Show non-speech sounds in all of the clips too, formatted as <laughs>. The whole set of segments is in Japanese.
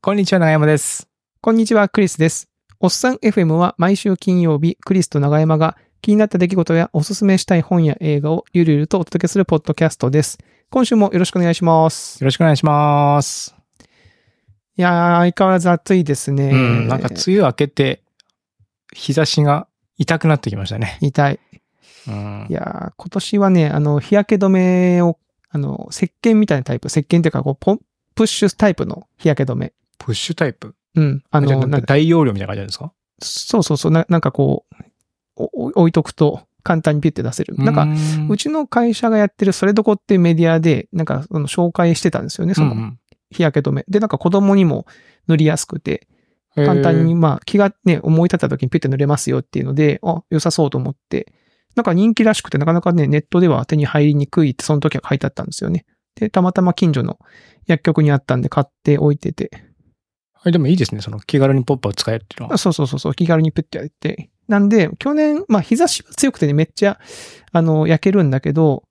こんにちは、長山です。こんにちは、クリスです。おっさん FM は毎週金曜日、クリスと長山が気になった出来事やおすすめしたい本や映画をゆるゆるとお届けするポッドキャストです。今週もよろしくお願いします。よろしくお願いします。いやー、相変わらず暑いですね。うん、なんか梅雨明けて、日差しが痛くなってきましたね。痛い。うんい。やー、今年はね、あの、日焼け止めを、あの、石鹸みたいなタイプ、石鹸っていうか、こう、ポン、プッシュタイプの日焼け止め。プッシュタイプ。うん。ああの、の、なんか大容量みたいな感じなんですかそうそうそう、ななんかこう、おお置いとくと簡単にピュッて出せる。なんか、ううちちの会社がやってるそれどこっていうメディアで、なんかその紹介してたんですよね、その日焼け止め。で、なんか子供にも塗りやすくて、簡単に、。まあ気がね、思い立った時にピュッて塗れますよっていうので、あ、良さそうと思って。なんか人気らしくて、なかなかね、ネットでは手に入りにくいって、その時は書いてあったんですよね。で、たまたま近所の薬局にあったんで買って置いてて。えーでもいいですね。その気軽にポッパを使えるっていうのあは。そうそうそうそう、気軽にプッてやって。なんで、去年、まあ日差しは強くてね、めっちゃ、あの、焼けるんだけど、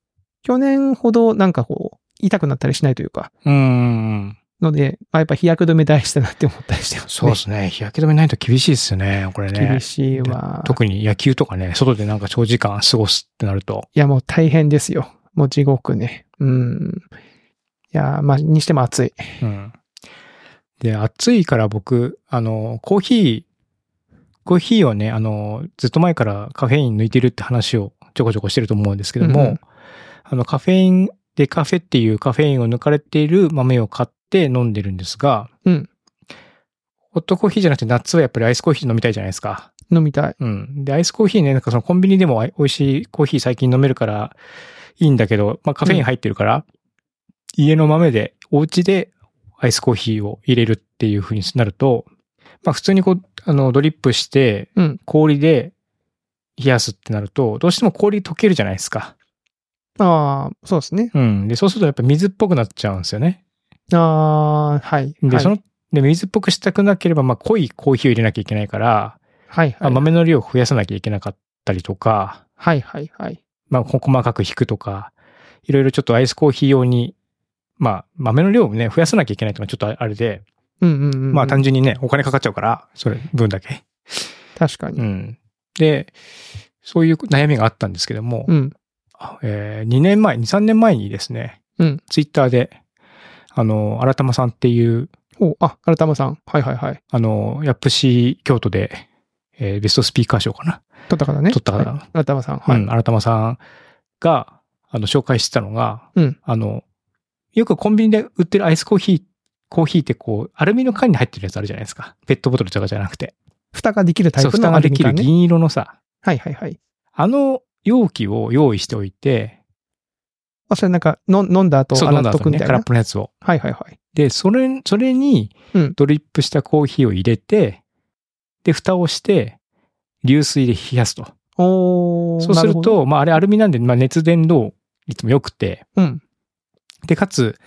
去年ほどなんかこう、痛くなったりしないというか、うん。ので、まあやっぱ日焼け止め大事だなって思ったりしてます、ね。そうですね。日焼け止めないと厳しいですよね。これね。厳しいわ。特に野球とかね、外でなんか長時間過ごすってなると。いや、もう大変ですよ。もう地獄ね。うん。いやー、まあ、にしても暑い。うん。で、暑いから僕、あの、コーヒー、コーヒーをね、あの、ずっと前からカフェイン抜いてるって話をちょこちょこしてると思うんですけども、うんうんあの、カフェイン、デカフェっていうカフェインを抜かれている豆を買って飲んでるんですが、うんホットコーヒーじゃなくて、ナッツはやっぱりアイスコーヒー飲みたいじゃないですか。飲みたい。うん。で、アイスコーヒーね、なんかそのコンビニでもあい美味しいコーヒー最近飲めるからいいんだけど、まあカフェイン入ってるから、家の豆で、お家でアイスコーヒーを入れるっていう風になると、まあ普通にこう、あの、ドリップしてうん、氷で冷やすってなると、どうしても氷溶けるじゃないですか。ああ、そうですね。うん。で、そうするとやっぱ水っぽくなっちゃうんですよね。ああ、はい。で、はいその、で、水っぽくしたくなければ、まあ濃いコーヒーを入れなきゃいけないから、はいまあはい。豆の量を増やさなきゃいけなかったりとか、はいはいはい。まあ、こ細かく引くとか、いろいろちょっとアイスコーヒー用に、まあ、豆の量をね、増やさなきゃいけないとかちょっとあれで、うんうんうんうん。まあ単純にね、お金かかっちゃうから、それ、分だけ。確かうに。ん。で、そういう悩みがあったんですけども、うん。え2年前、2、3年前にですね、うんツイッターで、あの、新玉さんっていう、お、あ、改まさん。はいはいはい。あの、ヤップシー京都で、えーベストスピーカー賞かな、取ったからね。取った方だはい改まさん。は、はいい。新玉さんが、あの、紹介してたのが、うんあの、よくコンビニで売ってるアイスコーヒー、コーヒーってこう、アルミの缶に入ってるやつあるじゃないですか。ペットボトルとかじゃなくて。蓋ができるタそイう、プ蓋のがアでルミきる缶ね。銀色のさ、はいはいはい。あの容器を用意しておいて、あ、それなんか、の飲んだ後、そう、飲洗んだっと後くにね、みたい空っな。ぽのやつを。はいはいはい。で、それ、それにうん、ドリップしたコーヒーを入れて、で、蓋をして、流水で冷やすと。おーそうすなるほどと、まあ、あれアルミなんで、まあ、熱伝導率も良くて、うん。で、かつ、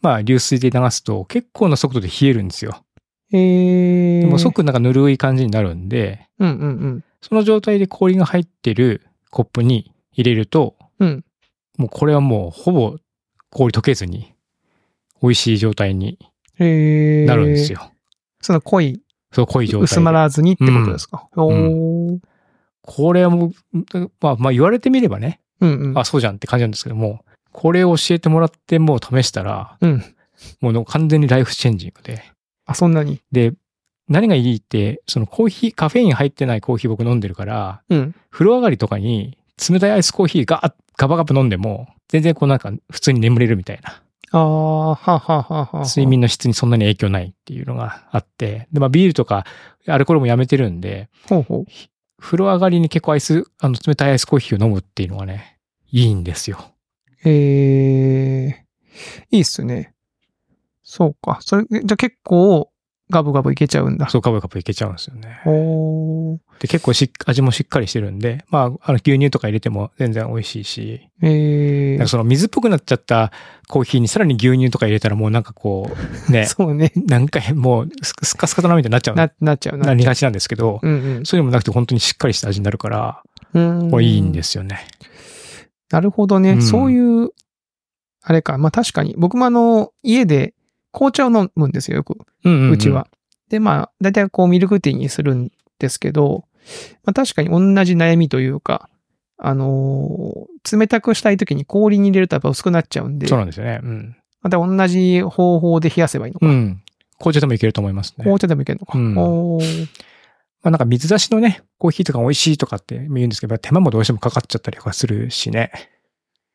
まあ、流水で流すと結構な速度で冷えるんですよ。えー。でも、即なんかぬるい感じになるんで、うんうんうん。その状態で氷が入ってるコップに入れると、うん。もうこれはもうほぼ氷溶けずに、美味しい状態にえー。なるんです。よ。その濃い、そう、濃い状態で。薄まらずにってことですか。おんー。これはもう、まあ、まあ言われてみればね、うんうん。あ、そうじゃんって感じなんですけども、これを教えてもらってもう試したら、うん。もう完全にライフチェンジングで。あ、そんなに。で、何がいいって、そのコーヒー、カフェイン入ってないコーヒー僕飲んでるから、うん。風呂上がりとかに冷たいアイスコーヒーガーガバガバ飲んでも、全然こうなんか普通に眠れるみたいな。あー、はあはあはあはあ。睡。眠の質にそんなに影響ないっていうのがあって。で、まあビールとかアルコールもやめてるんで、ほうほう。風呂上がりに結構アイス、あの冷たいアイスコーヒーを飲むっていうのがね、いいんですよ。えー。いいっすね。そうか。それ、じゃあ結構、ガブガブいけちゃうんだ。そう、ガブガブいけちゃうんですよね。おー。で、結構しっ味もしっかりしてるんで、まあ、あの牛乳とか入れても全然美味しいし、なえんかー。その水っぽくなっちゃったコーヒーにさらに牛乳とか入れたらもうなんかこう、ね、 <laughs> そうね。なんかもうすすかすかだなみたいになっちゃう。なな、なっちゃうな。りがちなんですけど、うんそういうのもなくて本当にしっかりした味になるから、うん。。これいいんですすよね。なるほどね。うんそういう、あれか。まあ確かに。僕もあの、家で紅茶を飲むんですよ、よく。うんんんうちは。。で、まあ、だいたいこうミルクティーにするんですけど、まあ確かに同じ悩みというか、あのー冷たくしたい時に氷に入れるとやっぱ薄くなっちゃうんで、そうなんですよね。うん。また同じ方法で冷やせばいいのか。うん。紅茶でもいけると思いますね。紅茶でもいけるのか。うんおーまあなんか水出しのね、コーヒーとか美味しいとかって言うんですけど、手間もどうしてもかかっちゃったりとかするしね。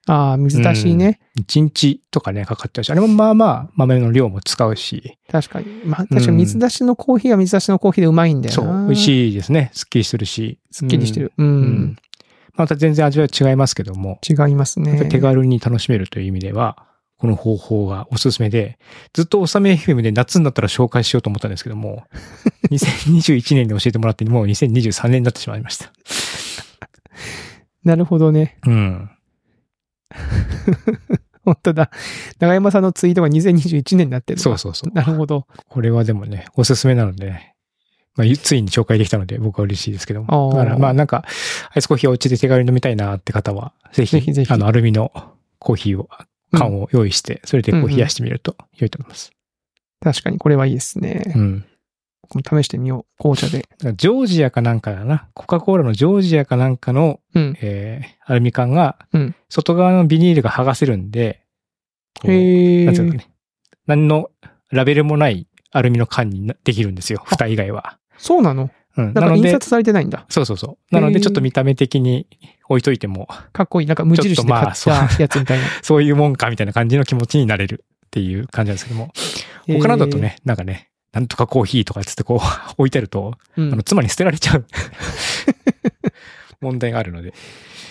ああ、水出しね。 1日とかね、かかっちゃうし、あれもまあまあ豆の量も使うし、確かに。まあ確かに水出しのコーヒーは水出しのコーヒーでうまいんだよそな。う、美味い。しいですね。すっきりするし。すっきりしてる。ううん。うんん。また全然味は違いますけども、違いますやっぱねり。手軽に楽しめるという意味では、この方法がおすすめで、ずっとおさめ FM で夏になったら紹介しようと思ったんですけど <laughs> も、2021年に教えてもらって、もう2023年になってしまいました。なるほどね。 <laughs> うん。本当だ。長山さんのツイートが2021年になってる。そうそうそう。なるほど。これはでもね、おすすめなのでね、まあ、ゆついに紹介できたので僕は嬉しいですけども。おーだからまあなんか、アイスコーヒーをお家で手軽に飲みたいなって方は、ぜひ、ぜひぜひあの、アルミのコーヒーを、缶を用意して、それでこうんううん冷やしてみると良いと思います。確かにこれはいいですね。うん。試してみよう。紅茶で。だからジョージアかなんかだな。コカ・コーラのジョージアかなんかの、うん。えー、アルミ缶がうん、外側のビニールが剥がせるんで、こうへなんていうのえか。ね。何のラベルもないアルミの缶になできるんですよ。蓋以外は。そうなのうん。だなかのら印で刷されてないんだ。そうそうそう。なのへーで、ちょっと見た目的に置いといても、かっこいい。なんか無印で買っちょっとまあたやつみたいな。そういうもんかみたいな感じの気持ちになれるっていう感じなんですけども、他のだとね、なんかね、なんとかコーヒーとかつってこう置いてあると、へー。うあんの、妻に捨てられちゃう <laughs> 問題があるので、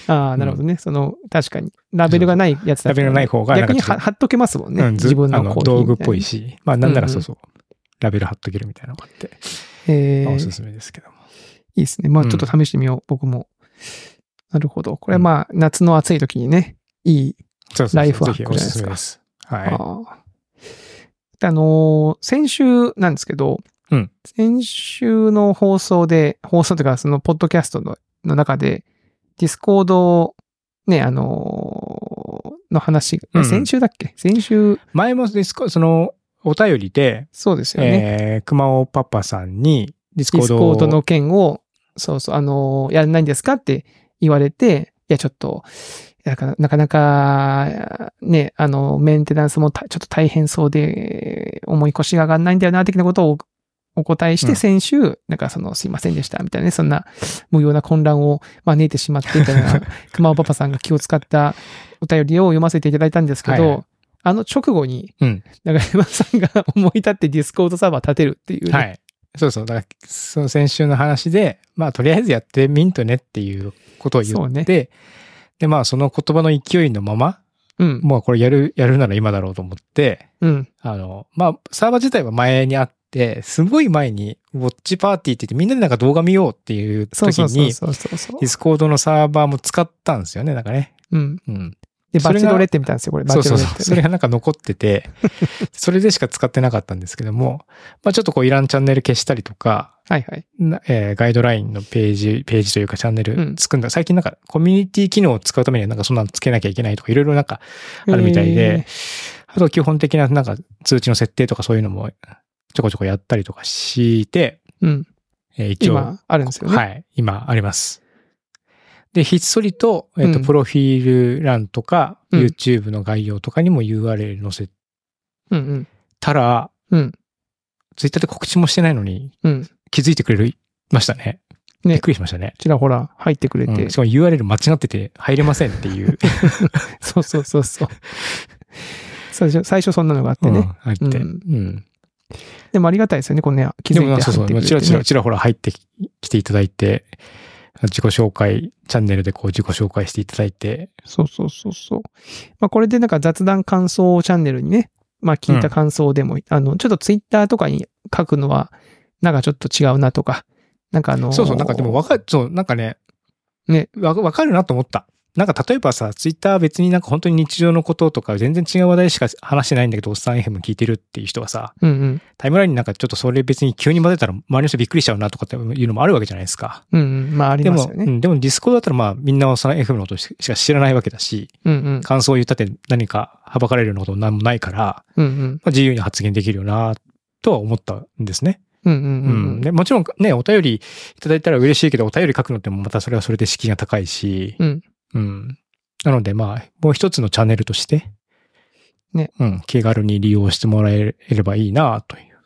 ああ、なるほどね。その、確かに。ラベルがないやつだラベったらルねのない方がなん逆かにちょはっ貼っとけますもと、んね。うんず自分のあのコーヒー道み具たっぽいし、まあなんならうんうんそうそう、ラベル貼っとけるみたいなのがあって、えまあーおすすめですけども。いいですね。まあうんちょっと試してみよう。僕も。なるほど。これはまあ、夏の暑い時にね、いい。そうそうそうライフハッぜクひおじゃないですすすかめです。あはあであのー先週なんですけど、うん先週の放送で、放送というか、その、ポッドキャストのの中で、ディスコード、ね、あのーの話、うんうん先週だっけ先週い。、前もディスコ、その、お便りで、そうですよね。えー、熊尾パパさんにディスコデーィスドコをードの件を、そうそう、あの、やらないんですかって言われて、いや、ちょっと、なんかなかなか、ね、あの、メンテナンスもたちょっと大変そうで、重い腰が上がんないんだよな、的なことをお答えしうて、ん先週、なんかその、すいませんでした、みたいなね、そんな無用な混乱を招いてしまって、みたい <laughs> な、熊尾パパさんが気を使ったお便りを読ませていただいたんですけど、はいはいあの直後に、うん長山さんが思い立ってディスコードサーバー立てるっていうね、はい。そうそう。だから、その先週の話で、まあ、とりあえずやってみんとねっていうことを言そうっねて、で、まあ、その言葉の勢いのまま、うん、もうこれやる、やるなら今だろうと思って、うん。あの、まあ、サーバー自体は前にあって、すごい前に、ウォッチパーティーって言って、みんなでなんか動画見ようっていうそう時そうそうに、そうそうそうディ。スコードのサーバーも使ったんですよね、なんかね。うん。うん。で、そバれチがドレって見たんですよ、これ。バそうチそうドレそう。ってそれね。がなんか残って <laughs> て、それでしか使ってなかったんですけども、まあちょっとこういらんチャンネル消したりとか、はいはい。なえーガイドラインのページ、ページというかチャンネうんル作るんだ。最近なんかコミュニティ機能を使うためにはなんかそんなのつけなきゃいけないとかいろいろなんかあるみたいで、あと基本的ななんか通知の設定とかそういうのもちょこちょこやったりとかして、えー。うん。えー一応、今、あるんですよね。はい、今あります。で、ひっそりと、えっ、と、うんプロフィール欄とか、うん YouTube の概要とかにも URL 載せうんたら、うん。うん。ツイッターで告知もしてないのにうん。気づいてくれましたね。びねっくりしましたね。ちらほら入ってくれて。うんしかも URL 間違ってて入れませんって <laughs> いう。そうそうそうそう。 <laughs> 最初、最初そんなのがあってうんね。入って。ううんん。でもありがたいですよね、このね、気づでもないんてかそう入そっう、てくれちらてちらね。ちらほら入ってきていただいて、自己紹介、チャンネルでこう自己紹介していただいて、そうそうそうそう。まあ、これでなんか雑談感想チャンネルにね、まあ、聞いた感想でも、あの、ちょっとツイッターとかに書くのは、なんかちょっと違うなとか、なんかあのーそうそう、なんかでもわかる、そう、なんかね、ねわ、わかるなと思った。なんか例えばさ、ツイッター別になんか本当に日常のこととか全然違う話題しか話してないんだけど、おっさん FM 聞いてるっていう人はさ、うんうん。タイムラインになんかちょっとそれ別に急に混ぜたら周りの人びっくりしちゃうなとかっていうのもあるわけじゃないですか。うんうん。まあ、ありでまも、すようね。ん、でもディスコードだったらまあみんなおっさん FM のことしか知らないわけだし、うんうん。感想を言ったって何かはばかれるようなことなんもないから、うんうん。まあ、自由に発言できるよなとは思ったんですね。うんううんん。でもちろんね、お便りいただいたら嬉しいけど、お便り書くのってまたそれはそれで敷居が高いし、うん。うん。なのでまあ、もう一つのチャンネルとして、ね。うん、気軽に利用してもらえればいいなという。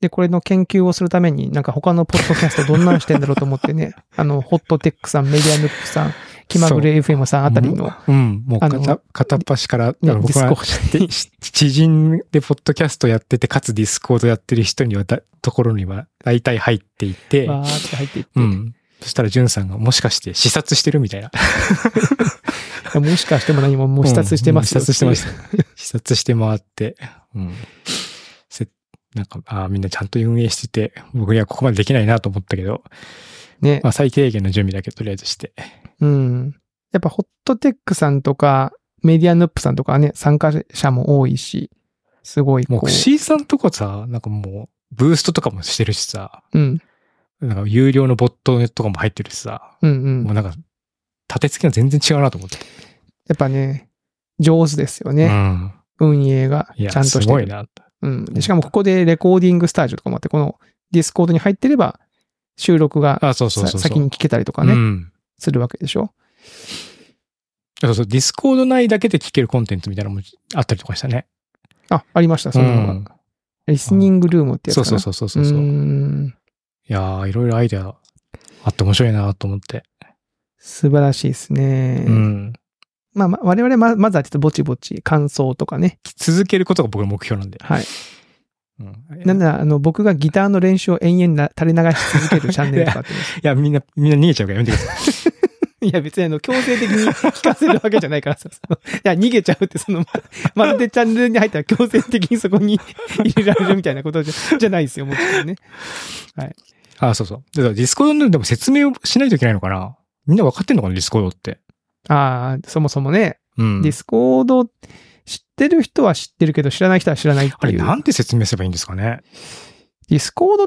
で、これの研究をするために、なんか他のポッドキャストどんなんしてんだろうと思って <laughs> ね、あの、ホットテックさん、メディアヌップさん、気まぐれ FM さんあたりの、うん、もうあの片片っ端から、ね、あデのィ僕スコはードに。し知人でポッドキャストやってて、かつディスコードやってる人にはだ、ところには大体入っていて、わーって入っていって、うん。そしたら、ジュンさんがもしかして視察してるみたいな。もしかしても何も、もう視察してますうよん視察してました。視察して回って、うん。せなんか、ああ、みんなちゃんと運営してて、僕にはここまでできないなと思ったけど、 <laughs> ねま。あ最低限の準備だけとりあえずして。うん。やっぱホットテックさんとか、メディアヌップさんとかはね、参加者も多いし、すごいこもうう、、C さんとかさ、なんかもう、ブーストとかもしてるしさ、うん、なんか有料のボットとかも入ってるしさ、うん、う。もうんなんか、立て付けが全然違うなと思って。やっぱね、上手ですようね。ん。運営がいちや、ゃんとしてする。ごいな。うん。でしかもここでレコーディングスタジオとかもあって、このディスコードに入ってれば収録があ、そうそうそうそさう。先に聞けたりとかうね、ん。するわけでしょ。そうそう、ディスコード内だけで聞けるコンテンツみたいなのもあったりとかしたね。あ、ありました、そうのんリスニングルームってやつかそなうそうそうそうそう。ういん。やー、いろいろアイデアあって面白いなと思って。素晴らしいですね。うん。まあ、まあ我々ま、まずはちょっとぼちぼち感想とかね。続けることが僕の目標なんで。はい。うんなんなら、あの、僕がギターの練習を延々な垂れ流し続けるチャンネルとかあってね。いや、みんな、みんな逃げちゃうからやめてください。 <laughs> いや、別にあの、強制的に聞かせるわけじゃないからさ。そのいや、逃げちゃうって、その、ままるでチャンネルに入ったら強制的にそこに <laughs> 入れられるみたいなことじゃじゃないですよ、もちろんね。あー、そうそう。だからディスコードのでも説明をしないといけないのかな。みんな分かってんのかな、ディスコードって。ああ、そもそもね、うん。ディスコード、知ってる人は知ってるけど、知らない人は知らないってあれ、いう。なんて説明すればいいんですかね。ディスコードっ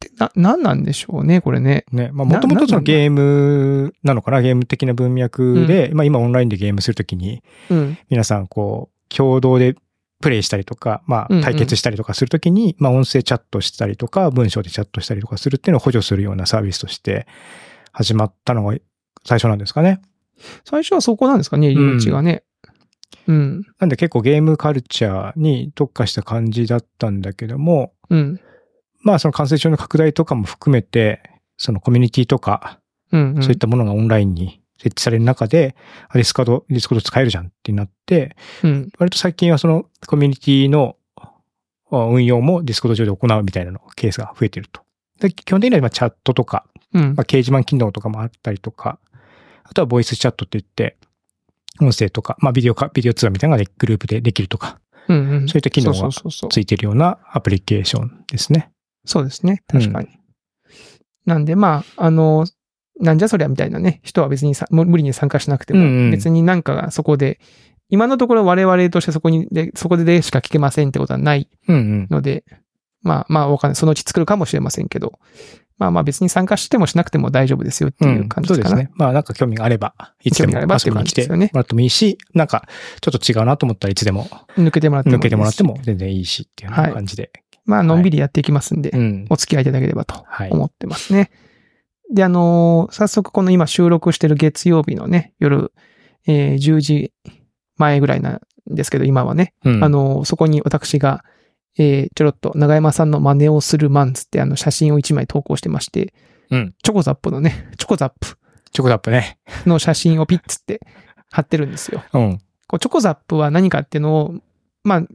てな、なんなんでしょうね、これね。ね。まあ、なもともとそのなんだゲームなのかな、ゲーム的な文脈で、まあ、今オンラインでゲームするときに、うん。皆さんこう、共同でプレイしたりとか、まうんうあ、ん対決したりとかするときに、まあ、音声チャットしたりとか、文章でチャットしたりとかするっていうのを補助するようなサービスとして始まったのが最初なんですかね。最初はそこなんですかね、入り口がね。うん。なんで結構ゲームカルチャーに特化した感じだったんだけども、うん。まあ、その感染症の拡大とかも含めて、そのコミュニティとか、うん、うん。そういったものがオンラインに設置される中で、あディスカード、ディスコード使えるじゃんってなって、うん。割と最近はそのコミュニティのあ運用もディスコード上で行うみたいなのケースが増えてると。で基本的には今チャットとか、うんまあ、。掲示板機能とかもあったりとか、あとはボイスチャットって言って、音声とか、まあビデオか、ビデオ通話みたいなのがでグループでできるとか、うんうんそういった機能そがうそうそうそうついてるようなアプリケーションですね。そうですね。確かに。なんで、まあ、あの、なんじゃそりゃみたいなね、人は別にさもう無理に参加しなくても、うんうん別になんかがそこで、今のところ我々としてそこにで、そこでしか聞けませんってことはないうんうん。ので、まあまあわかんない。そのうち作るかもしれませんけど、まあまあ別に参加してもしなくても大丈夫ですよっていう感じそうかですな。ね。まあなんか興味があれば、いつで興味がもあればって遊びに来て感じですよもねらってもいいし、なんかちょっと違うなと思ったらいつでも抜けてもらってもいい抜ですけてもらっても全然いいしっていうような感じで。まあのんびりやっていきますんで、うん。お付き合いいただければとはい。思ってますね。で、あのー早速この今収録してる月曜日のね、夜、えー10時前ぐらいなんですけど、今はね、うんあ、のーそこに私が、えーちょろっと長山さんの真似をするマンズってあの写真を1枚投稿してまして、うんチョコザップのね、チョコザップチョコザップね。の写真をピッつって貼ってるんですよ。うん。こうチョコザップは何かっていうのを、まあ、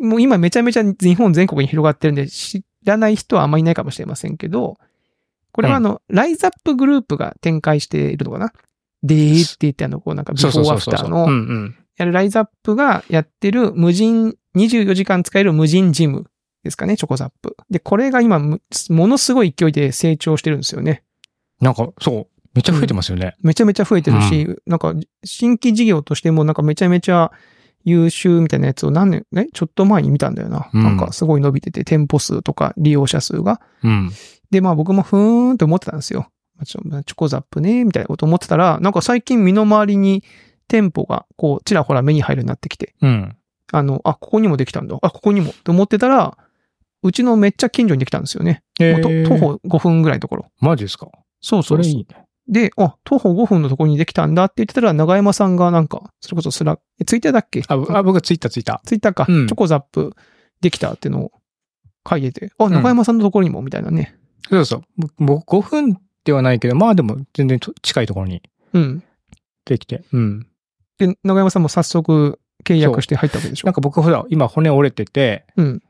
もう今めちゃめちゃ日本全国に広がってるんで知らない人はあんまりいないかもしれませんけど、これはあの、ライズアップグループが展開しているのかなでーって言ってあの、こうなんかビフそうォそうそうーアフそうターそう。うんの、うん。やるライズアップがやってる無人、24時間使える無人ジムですかね、チョコザップ。で、これが今、むものすごい勢いで成長してるんですよね。なんか、そう。めっちゃ増えてますよね。めちゃめちゃ増えてるし、なんか、新規事業としてもなんかめちゃめちゃ優秀みたいなやつを何年、ね、ちょっと前に見たんだよな。うんなんかすごい伸びてて、店舗数とか利用者数が。うん。で、まあ僕もふーんって思ってたんですよ。まあちょチョコザップね、みたいなこと思ってたら、なんか最近身の回りに店舗がこう、ちらほら目に入るようになってきて、うん。あの、あ、ここにもできたんだ。あ、ここにも。って思ってたら、うちのめっちゃ近所にできたんですよね。えもうと徒歩5分ぐらいのところ。マジですかそうそそうれそういいね。で、あ、徒歩5分のところにできたんだって言ってたら、長山さんがなんか、それこそスラえツイッターだっけあ、ぶあ僕ツイッターツイッタツイッターか、うんチョコザップできたっていうのを書いてて、あ、ん長山さんのところにもみたいなね。ー。そうそう。僕5分ではないけど、まあでも全然と近いところにうん。できて。うん。で、長山さんも早速契約して入ったわけでしなんょ。か僕ほら、今骨折れてて、うん。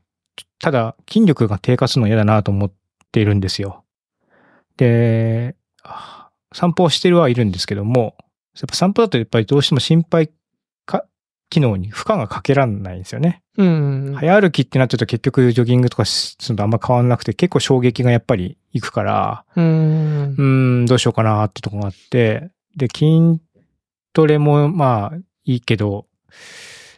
ただ筋力が低下するの嫌だなと思っているんですよ。で、あ散歩をしてるはいるんですけども、やっぱ散歩だとやっぱりどうしても心配か、機能に負荷がかけらんないんですよね。うん。い。早歩きってなっちゃうと結局ジョギングとかするのとあんま変わんなくて結構衝撃がやっぱりいくから、うんう。ーん、どうしようかなってとこがあって、で、筋トレもまあいいけど、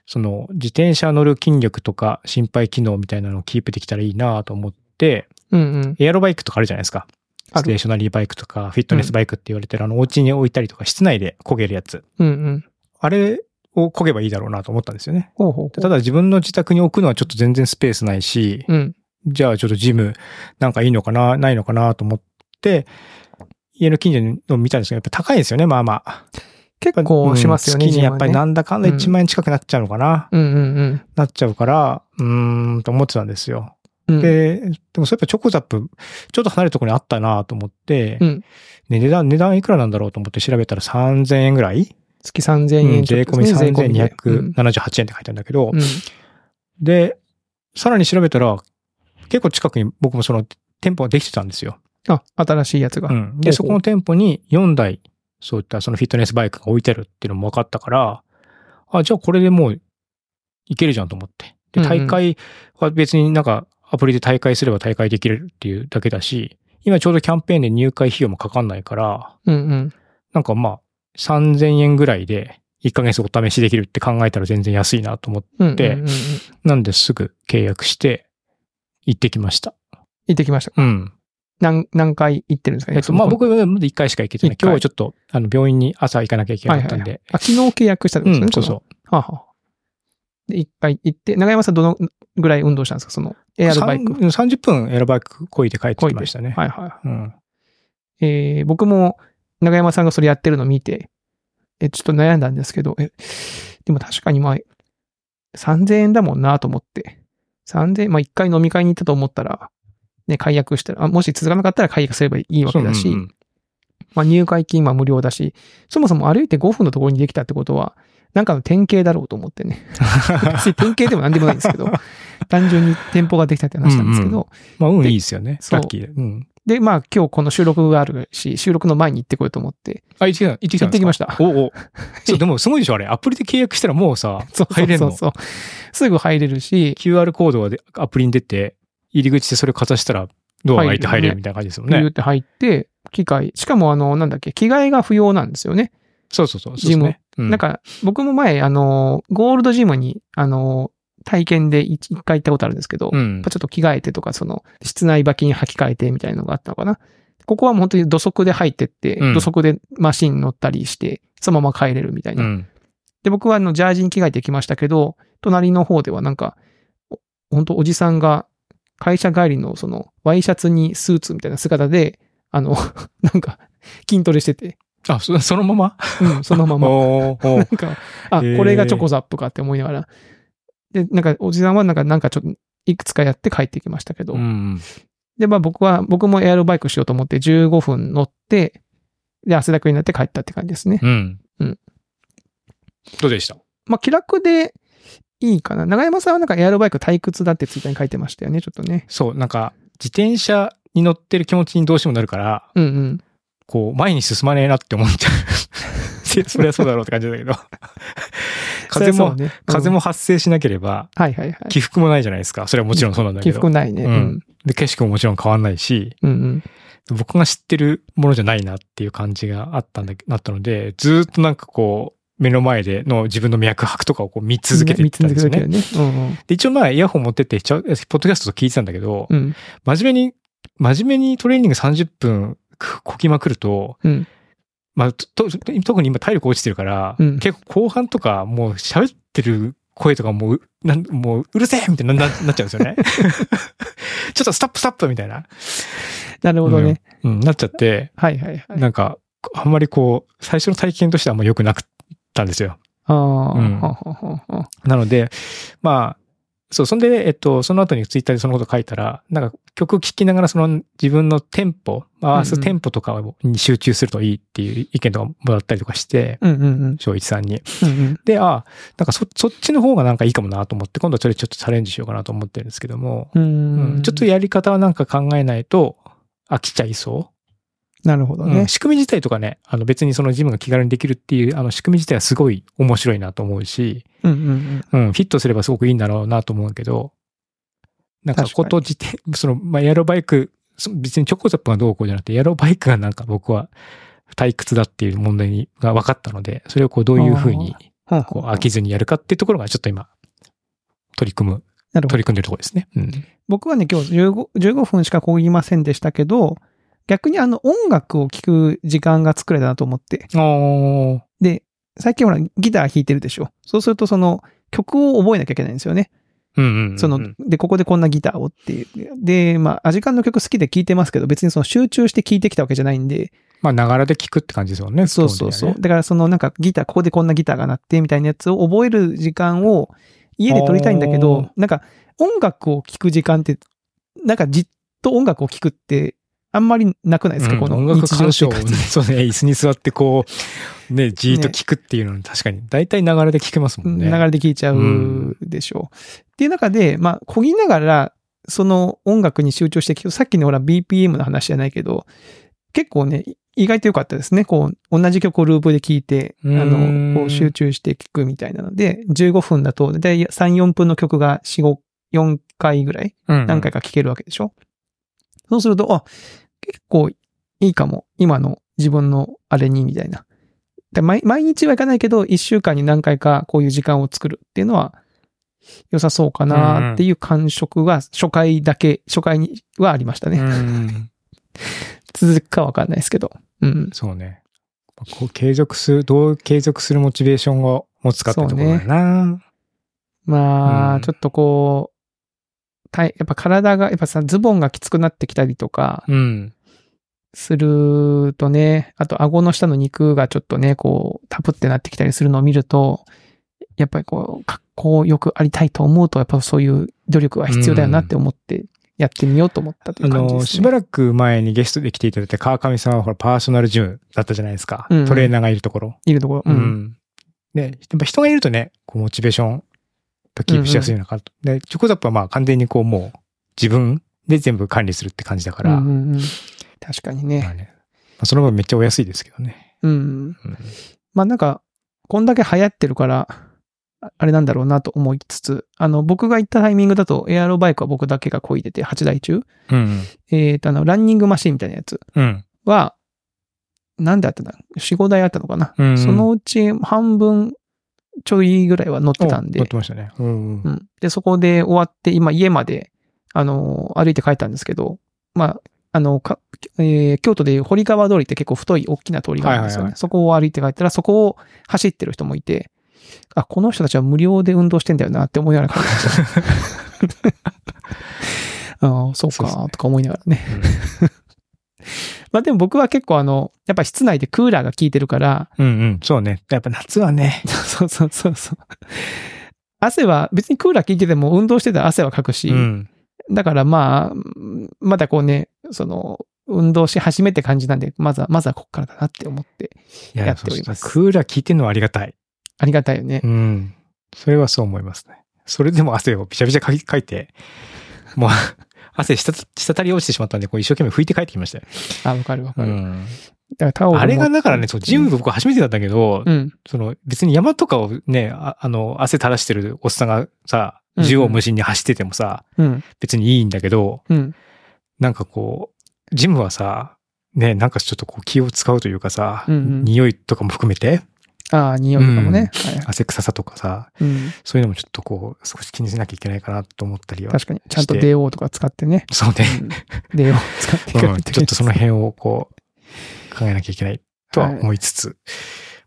その自転車乗る筋力とか心肺機能みたいなのをキープできたらいいなと思って、うんうん。エアロバイクとかあるじゃないですか。あるステーショナリーバイクとか、フィットネスバイクって言われてる、あの、お家に置いたりとか、室内で焦げるやつ。うんうん。あれを焦げばいいだろうなと思ったんですよね。ほうほうほう。でただ自分の自宅に置くのはちょっと全然スペースないし、うん。じゃあちょっとジムなんかいいのかな、ないのかなと思って、家の近所の見たんですけど、やっぱ高いんですよね、まあまあ。結構しますよね、うん月にやっぱり自分なはねんだかんだうん1万円近くなっちゃうのかな、うんうんうんなっちゃうから、うーんと思ってたんですよ。うん。で、でもそれやっぱチョコザップ、ちょっと離れたところにあったなと思って、うんね値段、値段いくらなんだろうと思って調べたら3000円ぐらい、月3000う円んちょ税っ込とみですね、でうん3278円って書いてあるんだけど、うん。で、さらに調べたら、結構近くに僕もその店舗ができてたんですよ。あ、新しいやつが。うん。で、ほうほうそこの店舗に4台、そういったそのフィットネスバイクが置いてあるっていうのも分かったから、あ、じゃあこれでもういけるじゃんと思って。で、うんうん大会は別になんかアプリで大会すれば大会できるっていうだけだし、今ちょうどキャンペーンで入会費用もかかんないから、うんうん。なんかまあ3000円ぐらいで1ヶ月お試しできるって考えたら全然安いなと思って、うんうんうんでうん。行なんですぐ契約して行ってきました。ってきました。うん。何、何回行ってるんですかえっと、まあその僕はまだ1回しか行けてない。一回今日はちょっと、あの、病院に朝行かなきゃいけなかったんで。あ、昨日契約したんですね。うん、そうそう。う。はあはあで、一回行って、長山さんどのぐらい運動したんですかその、エアロバイク。さん30分エアロバイクこいで帰ってきましたね。はいはうん。い。えー、僕も、長山さんがそれやってるの見て、え、ちょっと悩んだんですけど、え、でも確かにまあ、3000円だもんなと思って。3000円、まあ一回飲み会に行ったと思ったら、ね、解約したら、あもし続かなかったら解約すればいいわけだし、うんうんまあ、入会金は無料だし、そもそも歩いて5分のところにできたってことは、なんかの典型だろうと思って <laughs> ね。別に典型でも何でもないんですけど、単純に店舗ができたって話なんですけうど、んまあ、運いいですよね。そうラッキーで。うん。で、まあ今日この収録があるし、収録の前に行ってこようと思って、あ、行ってきた、行ってきた行んっでてすきかました。おうおう。 <laughs> そう、でもすごいでしょ、あれ。アプリで契約したらもうさ、そう入れんそのうそうそう。すぐ入れるし、 QR コードがでアプリに出て、入り口でそれをかざしたら、ドアが開いて入れるみたいな感じですもんビューねっ。て入って、機械、しかもあの、なんだっけ、着替えが不要なんですよね。そうそうそう。そうですね。うなん、か、僕も前、あの、ゴールドジムに、あの、体験で一一回行ったことあるんですけど、うんやっぱ。ちょっと着替えてとか、その、室内履きに履き替えてみたいなのがあったのかな。ここはもう本当に土足で入ってって、うん土足でマシン乗ったりして、そのまま帰れるみたいうな。ん。で、僕はあの、ジャージに着替えてきましたけど、隣の方ではなんか、お本当おじさんが、会社帰りのその、ワイシャツにスーツみたいな姿で、あの、 <laughs> なんか、筋トレしてて、あ、そ <laughs> そのままうん、そのまま。 <laughs> おーおなーんか、あ、へーこれがチョコザップかって思いながら。で、なんか、おじさんはなんか、なんかちょっと、いくつかやって帰ってきましたけど。うん。で、まあ僕は、僕もエアロバイクしようと思って15分乗って、で、汗だくになって帰ったって感じですね。うん。うん。どうでしたまあ気楽でいいかな。長山さんはなんかエアロバイク退屈だってツイッターに書いてましたよね、ちょっとね。そう、なんか、自転車に乗ってる気持ちにどうしてもなるから、うんうん。こう、前に進まねえなって思っちゃう。 <laughs> いやそりゃそうだろうって感じだけど。 <laughs> 風そりゃもそう、ね、うん風。も発生しなければ、はいはいはい。起伏もないじゃないですか。それはもちろんそうなんだ起けど伏。ないね。ううんん。で、景色ももちろん変わんないし、うんうん。僕が知ってるものじゃないなっていう感じがあったんだ、なったので、ずーっとなんかこう、目の前での自分の脈拍とかをこう見続けていったんですよね。見続けてるね。うんで、一応まあイヤホン持ってって、ちゃポッドキャストと聞いてたんだけど、うん。うん。真面目に、真面目にトレーニング30分くこきまくると、うんまあ、とと特に今体力落ちてるから、うん結構後半とかもう喋ってる声とかもう、なんもううるせえみたいになななっちゃうんですよね。 <laughs> ちょっとスタップスタップみたいな、なるほどね。うん、なっちゃって、はいはいはい。なんか、あんまりこう、最初の体験としてはあんま良くなかったんですよ。ああ、うんははははなので、まあ、そう、そんで、えっと、その後にツイッターでそのこと書いたら、なんか曲聴きながらその自分のテンポ、回うんすうんテンポとかに集中するといいっていう意見とかもらったりとかして、うんうんうん。翔一さんに。うんうんで、あなんかそ、そっちの方がなんかいいかもなと思って、今度はそれちょっとチャレンジしようかなと思ってるんですけども、ううんんちょっとやり方はなんか考えないと飽きちゃいそう。なるほどうねん。仕組み自体とかね、あの別にそのジムが気軽にできるっていう、あの仕組み自体はすごい面白いなと思うし、うんうんうん。うん、フィットすればすごくいいんだろうなと思うけど、なんか確かこにと自体、その、まあ、エアロバイク、そ別にチョコザップがどうこうじゃなくて、エアロバイクがなんか僕は退屈だっていう問題にが分かったので、それをこうどういうふうにほんこほんう飽きずにやるかっていうところがちょっと今、取り組む、なるほど取り組んでるところですね。うん。僕はね、今日 15, 15分しかこぎませんでしたけど、逆にあの音楽を聴く時間が作れたなと思って。おーで、最近ほらギター弾いてるでしょ。そうするとその曲を覚えなきゃいけないんですよね。うんうんうんうんその、で、ここでこんなギターをっていう。で、まあ、アジカンの曲好きで聴いてますけど、別にその集中して聴いてきたわけじゃないんで、まあ、ながらで聞くって感じですもんね。そうそうそう。基だからそのなんかギター、ここでこんなギターが鳴ってみたいなやつを覚える時間を家で撮りたいんだけあーど、なんか音楽を聴く時間って、なんかじっと音楽を聴くってあんまりなくないですか、本こ的にはねうんの音楽日常鑑生賞、活。そうね、椅子に座ってこう、ね、じーっと聞くっていうのに確かに、大体ながらで聞けますもんね。流れで聴いちゃうんうでしょう。っていう中で、まあ、こぎながら、その音楽に集中して聴く、さっきのほら BPM の話じゃないけど、結構ね、意外と良かったですね。こう、同じ曲をループで聴いて、あうーんの、こう集中して聴くみたいなので、15分だと、だいたい3、4分の曲が4、5、4回ぐらい、うん何回か聴けるわけでしょ。そうすると、あ、結構いいかも。今の自分のあれに、みたいな。で毎毎日はいかないけど、1週間に何回かこういう時間を作るっていうのは、良さそうかなっていう感触が初回だけ、初回にはありましたね。うん続くかわかんないですけど。うん。そうね。こう継続する、どう継続するモチベーションを持つかってところだよな。まうあ、んちょっとこう、たいやっぱ体が、やっぱさ、ズボンがきつくなってきたりとかうん。するとね、あと顎の下の肉がちょっとね、こう、タプってなってきたりするのを見ると、やっぱりこう、格好よくありたいと思うと、やっぱそういう努力は必要だよなって思って、やってみようと思ったといあう感じの、です、しね。ばらく前にゲストで来ていただいた川上さんはほらパーソナルジムだったじゃないですか。うんうんトレーナーがいるところ。いるところ。うん。ね、やっぱ人がいるとね、こうモチベーションやっぱキープしやすいのかなと。で、チョコザップはまあ完全にこうもう自分で全部管理するって感じだから、うんうんうん確かにまね。あねまあその分めっちゃお安いですけどね。うん。うんまあなんか、こんだけ流行ってるから、ああれなんだろうなと思いつつ、あの、僕が行ったタイミングだと、エアロバイクは僕だけが漕いでて、8台中。うんえっ、と、あの、ランニングマシンみたいなやつうん。は、なんであったんだ ?4、5台あったのかな、うんうんそのうち半分ちょいぐらいは乗ってたんで乗っ、てましたね。うんううん。ん。で、そこで終わって、今家まで、あの、歩いて帰ったんですけど、まあ、あの、かえー京都でいう堀川通りって結構太い大きな通りがあるんですよはいね。はいはいそこを歩いて帰ったら、そこを走ってる人もいて、あ、この人たちは無料で運動してんだよなって思いながら帰ってま <laughs> した。ああ、そうそうですか、とか思いながらね。 <laughs> まあでも僕は結構あの、やっぱ室内でクーラーが効いてるから、うんうん。そうね。やっぱ夏はね。 <laughs> そうそうそうそう。汗は、別にクーラー効いてても運動してたら汗はかくし、うん。だからまあ、うんまだこうね、その、運動し始めって感じなんで、まずは、まずはこっからだなって思って、いややっておりますそうクーラー効いてるのはありがたい。ありがたいよねう。ん。それはそう思いますね。それでも汗をびちゃびちゃかきかいて、もう <laughs> 汗した滴り落ちてしまったんで、こう一生懸命拭いて帰ってきましたよ。あ、わかるわかる。だん。からタオルもあれがだからね、そう、ジムうん僕初めてだったけど、うん。その別に山とかをね、ああの、汗垂らしてるおっさんがさ、うんうん縦横無尽に走っててもさ、うん。別にいいんだけど、うん。なんかこう、ジムはさ、ね、なんかちょっとこう気を使うというかさ、うんうん匂いとかも含めて、ああ、匂いとかもね。はい汗臭さとかさ、うんそういうのもちょっとこう、少し気にしなきゃいけないかなと思ったりは。確かに。ちゃんとして DO とか使ってね。そうね。 <laughs> うん DO 使っていかうなんい <laughs> ちょっとその辺をこう、考えなきゃいけないとは思いつつ。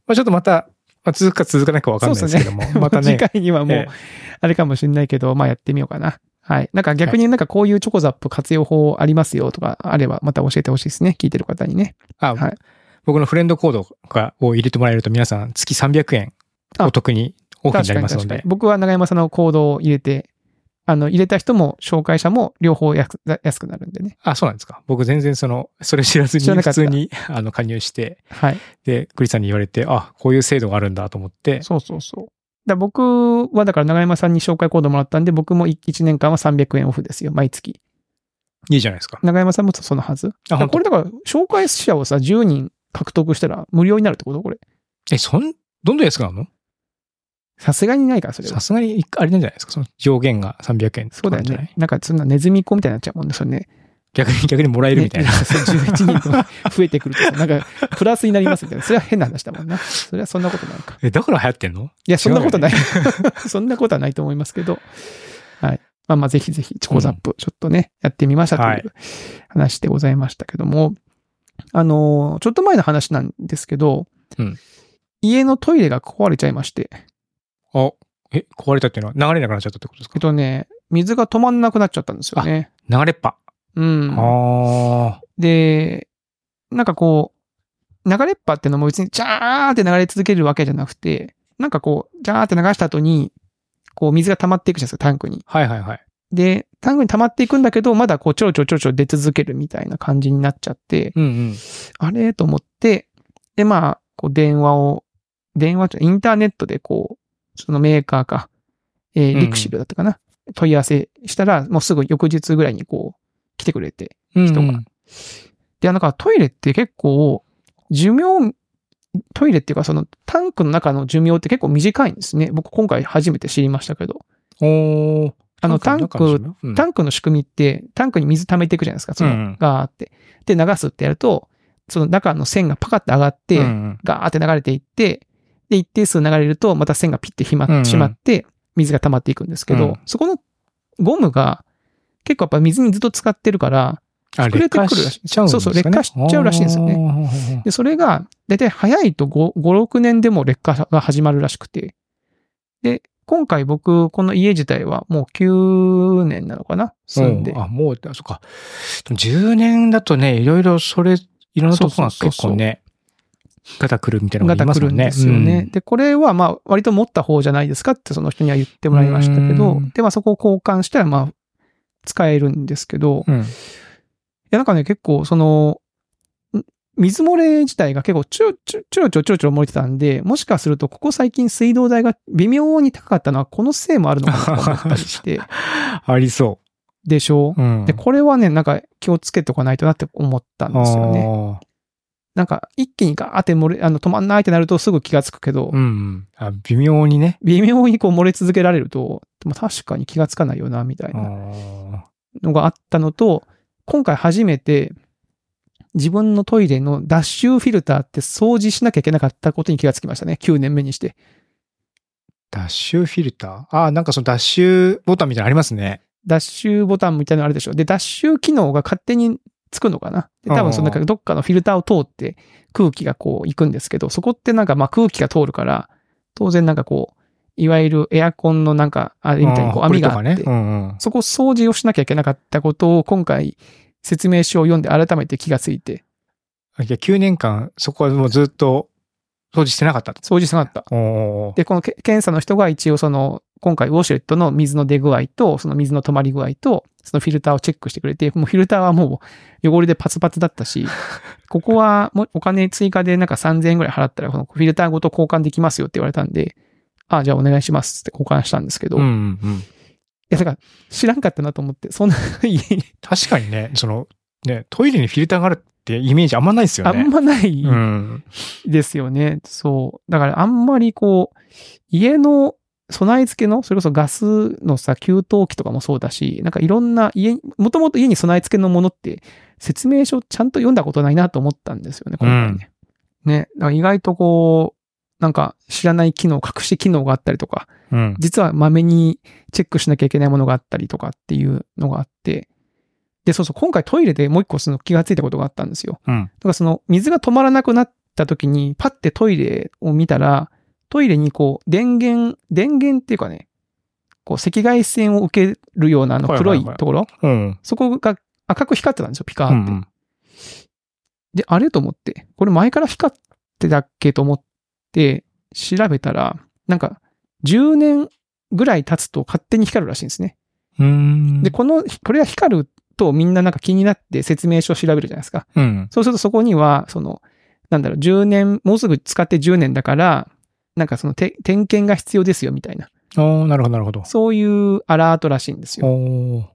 まあちょっとまた、まあ、続くか続かないかわかんないですけども、 <laughs> またね次。回にはもうええ、あれかもしれないけど、まあやってみようかな。はい。なんか逆になんかこういうチョコザップ活用法ありますよとかあれば、また教えてほしいですね。聞いてる方にね。あ、はい僕のフレンドコードがを入れてもらえると皆さん月300円あお得にオフになりますので。僕は永山さんの行動を入れて、あの、入れた人も紹介者も両方安安くなるんでね。あ、そうなんですか。僕全然その、それ知らずに知らなか普った通にあの加入して、はい。で、栗さんに言われて、あ、こういう制度があるんだと思って、そうそうそう。だ僕はだから永山さんに紹介コードもらったんで、僕も1年間は300円オフですよ、毎月。いいじゃないですか。永山さんもそのはず。あ、だから本こ当れだから、紹介者をさ、10人獲得したら無料になるってことこれ。え、そん、どんどん安くなるのさすがにないから、それはさ。すがに、あれなんじゃないですか。その上限が300円そうだとかなんよじゃないね。なんか、そんなネズミっ子みたいになっちゃうもんね、それね。逆に、逆にもらえるみたいな。ねそう11人とか増えてくるとさ、なんか、プラスになりますみたいな。それは変な話だもんな。それはそんなことないか。 <laughs> え、だから流行ってんのいや、そんなことない。 <laughs> そんなことはないと思いますけど。はい。まあまあ、ぜひぜひ、チョコザップ、ちょっとね、やってみましたとはいいう話でございましたけども、あのー、ちょっと前の話なんですけど、うん家のトイレが壊れちゃいまして、あ、え、壊れたっていうのは流れなくなっちゃったってことですえっかとね、水が止まんなくなっちゃったんですよね。流れっぱ。うん。ああ。で、なんかこう、流れっぱってのも別にジャーって流れ続けるわけじゃなくて、なんかこう、ジャーって流した後に、こう水が溜まっていくじゃないですか、タンクに。はいはいはい。で、タンクに溜まっていくんだけど、まだこうちょろちょろちょろちょろ出続けるみたいな感じになっちゃって、うんうん。あれと思って、で、まあ、こう電話を、電話じゃないインターネットでこう、そのメーカーか、えーうんうんリクシブだったかな、問い合わせしたら、もうすぐ翌日ぐらいにこう、来てくれて、人がで、なんかトイレって結構、寿命、トイレっていうかそのタンクの中の寿命って結構短いんですね。僕今回初めて知りましたけど。おーあのタンク、、タンクンクの仕組みって、タンクに水溜めていくじゃないですか。その、うんうんガーって。で、流すってやると、その中の線がパカッて上がって、うんガーって流れていって、で、一定数流れると、また線がピッてひまうんうんしまって、水が溜まっていくんですけど、うんそこのゴムが、結構やっぱ水にずっと使ってるから、あ、膨れ劣てくる化らしいしちゃうんですかねそうそう劣化しちゃうらしいんですよねねで、それが、だいたい早いと5、5、6年でも劣化が始まるらしくて。で、今回僕、この家自体はもう9年なのかな住んで。あ、もう、あ、そっか。でも10年だとね、いろいろそれ、いろんなとこがそうそう結そうそう構ね、ガタくるみたいなのがが言いまたすくもるんんね。ですよね。うんで、これはまあ、割と持った方じゃないですかってその人には言ってもらいましたけうどん、で、まあそこを交換したらまあ、使えるんですけど、いうん。やなんかね、結構その、ん水漏れ自体が結構ちょろちょろちょろちょろちょろちょろ漏れてたんで、もしかするとここ最近水道代が微妙に高かったのはこのせいもあるのかなと思ったり <laughs> して、ありそでしょう。うん。で、これはね、なんか気をつけておかないとなって思ったんですよね。あなんか一気にガーって漏れ、あの止まんないってなるとすぐ気がつくけどーう、んうん。あ、微妙にね。微妙にこう漏れ続けられると、でも確かに気がつかないよな、みたいあなーのがあったのと、今回初めて自分のトイレの脱臭フィルターって掃除しなきゃいけなかったことに気がつきましたね。9年目にして。脱臭フィルターあー、なんかその脱臭ボタンみたいなのありますね。脱臭ボタンみたいなのあるでしょ。で、脱臭機能が勝手につくのかな。で多分そのなんうかどっかのフィルターを通って空気がこう行くんですけど、そこってなんかまあ空気が通るから、当然なんかこう、いわゆるエアコンのなんか、あれみたいにこうあー網があっ埃てと、かね。うんうん。そこ掃除をしなきゃいけなかったことを今回説明書を読んで改めて気がついて、いや、9年間、そこはもうずっと掃除してなかったと。掃除しなかった。おーで、このけ検査の人が一応その、今回ウォシュレットの水の出具合と、その水の止まり具合と、そのフィルターをチェックしてくれて、もうフィルターはもう汚れでパツパツだったし、ここはもうお金追加でなんか3000円ぐらい払ったら、このフィルターごと交換できますよって言われたんで、ああ、じゃあお願いしますって交換したんですけど、うんういんうん。や、だから知らんかったなと思って、そんな家に確かにね、その、ね、トイレにフィルターがあるってイメージあんまないですよあね。んまないうん。ですよね。そう。だからあんまりこう、家の備え付けの、それこそガスのさ、給湯器とかもそうだし、なんかいろんな家、もともと家に備え付けのものって、説明書ちゃんと読んだことないなと思ったんですよね、今回ね。ね、だから意外とこう、なんか知らない機能、隠し機能があったりとか、うん。実はまめにチェックしなきゃいけないものがあったりとかっていうのがあって、で、そうそう、今回トイレでもう一個その気がついたことがあったんですよ。うん。だからその水が止まらなくなった時に、パッてトイレを見たら、トイレにこう、電源、電源っていうかね、こう赤外線を受けるようなあのはいはい黒はいいところ、うん。そこが赤く光ってたんですよ、ピカーうって。ん。で、あれと思って、これ前から光ってたっけと思って調べたら、なんか10年ぐらい経つと勝手に光るらしいんですね。うん。で、この、これが光るとみんななんか気になって説明書を調べるじゃないですか。うん。そうするとそこには、その、なんだろう、10年、もうすぐ使って10年だから、なんかそのて点検が必要ですよみたいな、おーなるほど、なるほど。そういうアラートらしいんですよ。おー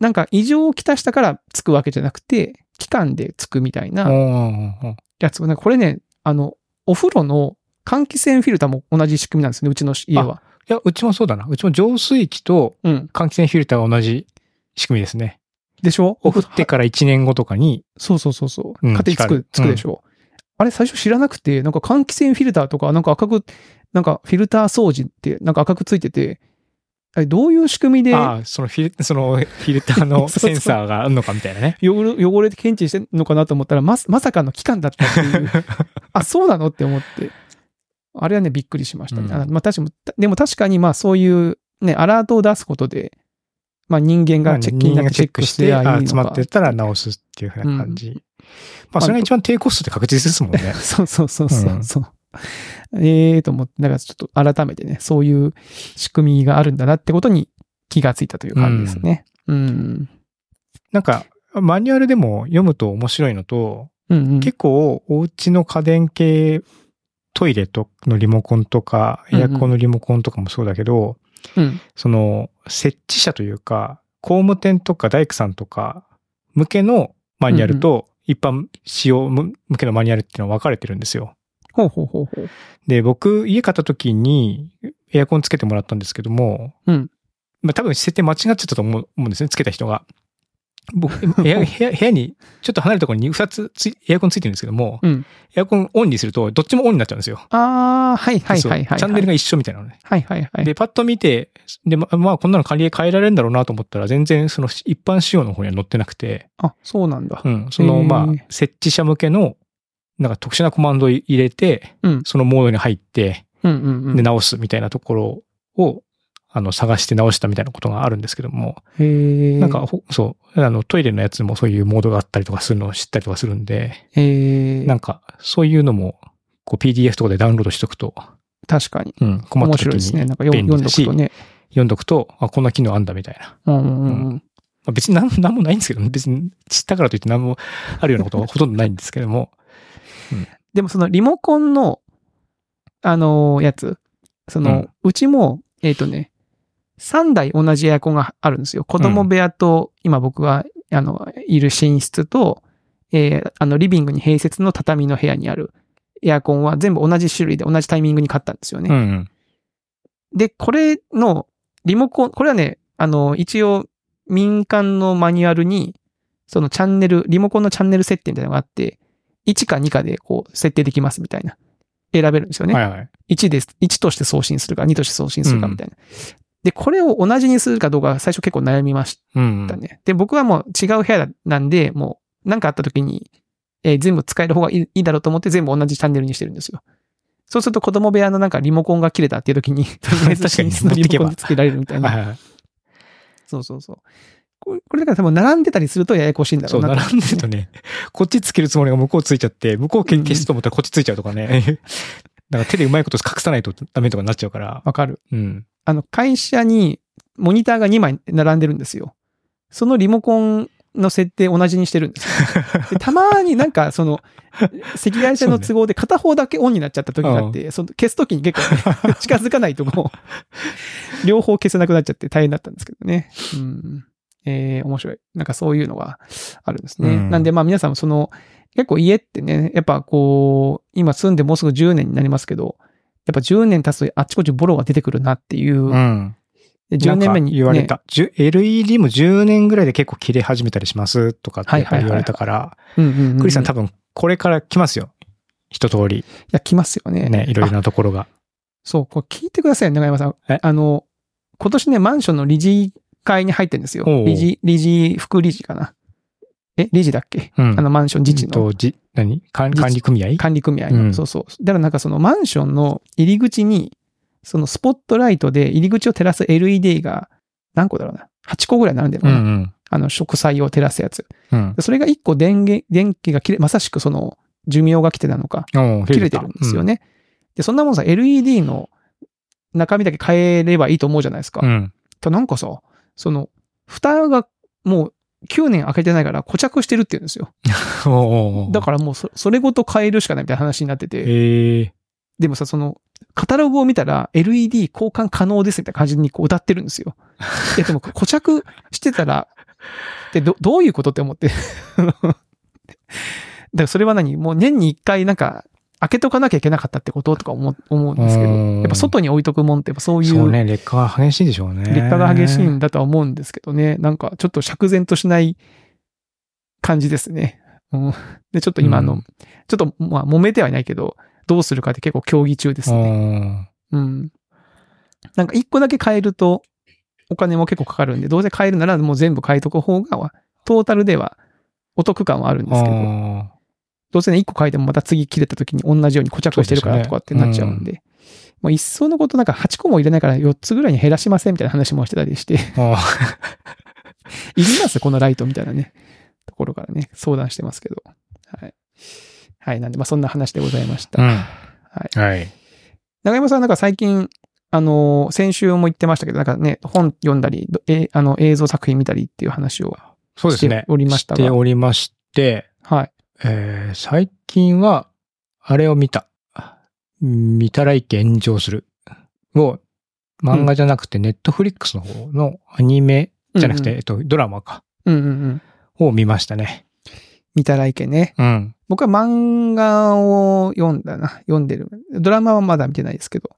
なんか異常をきたしたからつくわけじゃなくて、期間でつくみたいおなーおーやつ。なんかこれね、あの、お風呂の換気扇フィルターも同じ仕組みなんですね、うちの家は。いや、うちもそうだな。うちも浄水器とうん。換気扇フィルターは同じ仕組みですね。でしょ送ってから1年後とかに、そうそうそうそう。うん勝手につ光くる、つくでしょ。あれ最初知らなくて、なんか換気扇フィルターとか、なんか赤く、なんかフィルター掃除って、なんか赤くついてて、あれどういう仕組みでああ、そのフィル、そのフィルターの <laughs> そうそうセンサーがあるのかみたいなね。汚れ汚れで検知してんのかなと思ったら、まさ、まさかの期間だったって <laughs> いう。あ、そうなのって思って。あれはね、びっくりしましたね。うんあまあ、確かにでも確かに、まあ、そういう、ね、アラートを出すことで、まあ、人間がチェックイン人間なんがてチチェェックックし、してて、ああーいいの詰まか。ってたら直すっていうふうな感じ。まあ、それが一番低コストで確実ですもんね <laughs> そうそうそうそうそう。ええと思って、だからちょっと改めてね、そういう仕組みがあるんだなってことに気がついたという感じですね。うん。なんか、マニュアルでも読むと面白いのと、うん、うん。結構、お家の家電系、トイレとのリモコンとか、エアコンのリモコンとかもそうだけど、うん。その、設置者というか、工務店とか大工さんとか向けのマニュアルと、一般使用向けのマニュアルっていうのは分かれてるんですよ。ほうほうほうほう。で、僕、家買った時にエアコンつけてもらったんですけども、うんまあ多分設定間違っちゃったと思う思うんですね、つけた人が。僕、部 <laughs> 屋、部屋部屋に、ちょっと離れたところに2つついエアコンついてるんですけども、うんエアコンオンにすると、どっちもオンになっちゃうんですよ。ああ、はいはいはいはい、そうチャンネルが一緒みたいなのね。はいはいはい。で、パッと見て、で、ままあ、こんなの仮に変えられるんだろうなと思ったら、全然その一般仕様の方には載ってなくて、あ、そうなんだう。ん、その、へーまあ、設置者向けの、なんか特殊なコマンドを入れて、うんそのモードに入って、うんうんうん。で、直すみたいなところを、あの、探して直したみたいなことがあるんですけども、へーなんか、、ほそう、あの、トイレのやつもそういうモードがあったりとかするのを知ったりとかするんで、えなんか、そういうのも、こう、PDF とかでダウンロードしとくと、確かに。うん、困っ面た白時いですね。になんか読便ん利読んだどしくとね。読んどくと、あ、こんな機能あんだみたいな。うんうんうん。まあ、別になん <laughs> 何もないんですけどね、別に知ったからといって何もあるようなことはほとんどないんですけども。でもそのリモコンの、あのーやつ、その、ううんちも、えっ、とね、3台同じエアコンがあるんですよ。子供部屋と、今僕が、あの、いる寝室と、えーあの、リビングに併設の畳の部屋にあるエアコンは全部同じ種類で同じタイミングに買ったんです <laughs> よね。うんで、これのリモコン、これはね、あの、一応民間のマニュアルに、そのチャンネル、リモコンのチャンネル設定みたいなのがあって、1か2かでこう設定できますみたいな。選べるんですようね。ん。はいはい。 1です。1として送信するか、2として送信するかみたいな。で、これを同じにするかどうか最初結構悩みましうんたね。で、僕はもう違う部屋なんで、もう何かあった時に、えー全部使える方がいいいいだろうと思って全部同じチャンネルにしてるんですよ。そうすると子供部屋のなんかリモコンが切れたっていう <laughs> 時に、とりあえず確かに寝室のリモコン持ってけばでつけられるみたいはな。いはい。そうそうそう。これこれだから多分並んでたりするとややこしいんだろそうう、なと思並んでるとね、 <laughs> こっちつけるつもりが向こうついちゃって、向こうけ消すと思ったらこっちついちゃうとかね。 <laughs> なんか手でうまいこと隠さないとダメとかになっちゃうから。わかる。うん。あの、会社にモニターが2枚並んでるんですよ。そのリモコンの設定同じにしてるんです <laughs> よ。でたまになんかその、赤外線の都合で片方だけオンになっちゃった時があって、その消す時に結構 <laughs> ね、近づかないともう、両方消せなくなっちゃって大変だったんですけどね。うん。えー、面白い。なんかそういうのがあるんですね。うんなんでまあ皆さんもその、結構家ってね、やっぱこう、今住んでもうすぐ10年になりますけど、やっぱ10年経つとあっちこっちボロが出てくるなっていううん。で10年目に、なんか言われた、じゅ LED も10年ぐらいで結構切れ始めたりしますとかってやっぱり言われたから、ね。うんうんうんクリスさん多分これから来ますよ。一通り。いや、来ますよね。ね、いろいろあなところが。そう、これ聞いてくださいよ、長山さんえ。あの、今年ね、マンションの理事会に入ってるんですよおうお。う理事、理事、副理事かな。え、理事だっけうん。あの、マンション自治のと、じ、何管自治管理組合管理組合うんの。そうそう。だからなんかそのマンションの入り口に、そのスポットライトで入り口を照らす LED が何個だろうな。8個ぐらい並んでるうのんかうな。ん。あの、植栽を照らすやつ。うんで。それが1個電源、電気が切れ、まさしくその寿命が来てたのか、おー切れてるんですよね。ね。で、そんなもんさ、LED の中身だけ変えればいいと思うじゃないですか。うんうん。となんかさ、その、蓋がもう9年開けてないから固着してるって言うんですよ。おーおーおーだからもうそそれごと変えるしかないみたいな話になってて、ええでもさ、その、カタログを見たら LED 交換可能ですみたいな感じにこう歌ってるんです <laughs> よ。いやでも固着してたら、でど、どういうことって思って。 <laughs> だからそれは何もう年に1回なんか開けとかなきゃいけなかったってこととか思う思うんですけど、うやんっぱ外に置いとくもんってやっぱそういそううね、劣化は激しいでしょうね。劣化が激しいんだとは思うんですけどね。なんか、ちょっと釈然としない感じですね。うん、で、ちょっと今あの、うんちょっと、まあ、揉めてはいないけど、どうするかって結構協議中ですね。ね。うん。なんか、一個だけ変えると、お金も結構かかるんで、どうせ変えるならもう全部変えとく方が、トータルではお得感はあるんですけど、あどうせね、一個書いてもまた次切れた時に同じように固着してるかそうらですねとかってなっちゃうんで。もう一層のことなんか8個も入れないから4つぐらいに減らしませんみたいな話もしてたり <laughs> して、ー <laughs> あー。いりますこのライトみたいなね、ところからね、相談してますけど。はい。はい。なんで、まあそんな話でございました。いうん。はい。長山さんなんか最近、あのー、先週も言ってましたけど、なんかね、本読んだり、どえあの映像作品見たりっていう話を。そうですねして。おりましたがしておりまして、はい。えー最近は、あれを見た。見たらい炎上する。を、漫画じゃなくて、ネットフリックスの方のアニメ、じゃなくて、えっと、ドラマか。うんうん。うんうんうん。を見ましたね。見たらいけね。うん。僕は漫画を読んだな。読んでる。ドラマはまだ見てないですけど。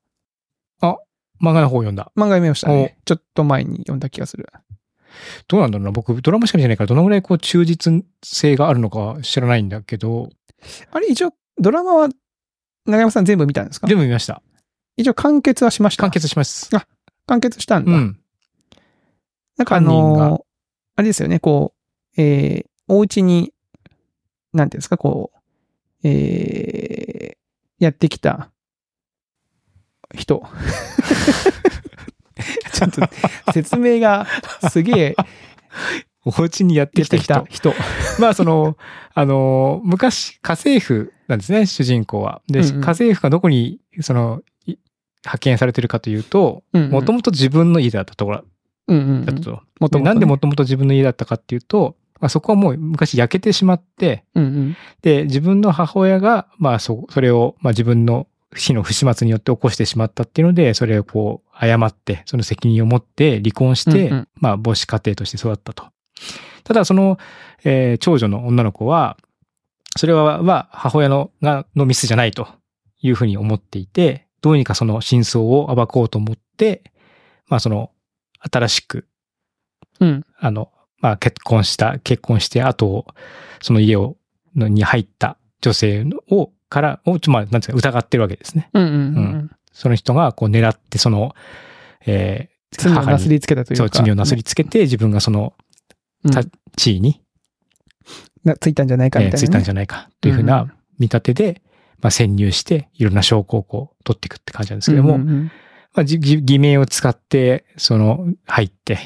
漫画の方を読んだ。漫画読みましたね。ちょっと前に読んだ気がする。どうなんだろうな。僕、ドラマしか見てないから、どのぐらいこう、忠実性があるのか知らないんだけど、あれ、一応、ドラマは、長山さん全部見たんですかでも見ました。一応完結はしました。完。結します。完結したんうだ。ん。なんかあ犯人のーあれですよね、こう、えー、お家に、なんていうんですか、こう、えー、やってきた <laughs> 人。ちょっと説明がすげえお家にやって出きたてきた人。 <laughs> 人。まあその、あの、昔、家政婦なんですね、主人公は。で、うんうん家政婦がどこに、その、い派遣されてるかというと、うんうんもともと自分の家だったところうんうんうんだったと。もでねなんでもともと自分の家だったかっていうと、まあ、そこはもう昔焼けてしまって、うんうんで、自分の母親が、まあそ、それを、まあ自分の死の不始末によって起こしてしまったっていうので、それをこう、謝って、その責任を持って離婚して、うんうんまあ、母子家庭として育ったと。ただ、その、えー長女の女の子は、それは、まあ、母親の、が、のミスじゃないというふうに思っていて、どうにかその真相を暴こうと思って、まあ、その、新しく、うんあの、まあ、結婚した、結婚して、あと、その家を、のに入った女性を、から、を、ちょまあ、なんていうか、疑ってるわけですね。うんうんうんう。うんその人が、こう、狙って、その、えー罪を母なにすりつけたというそか。う、罪をなすりつけて、自分がそのうんた地位に、なついたんじゃないかみえたいーなね。ついたんじゃないか、というふううんな見立てで、まあ、潜入して、いろんな証拠をこう、取っていくって感じなんですけども、うんうんうんまあ、じぎ偽名を使って、その、入って、っ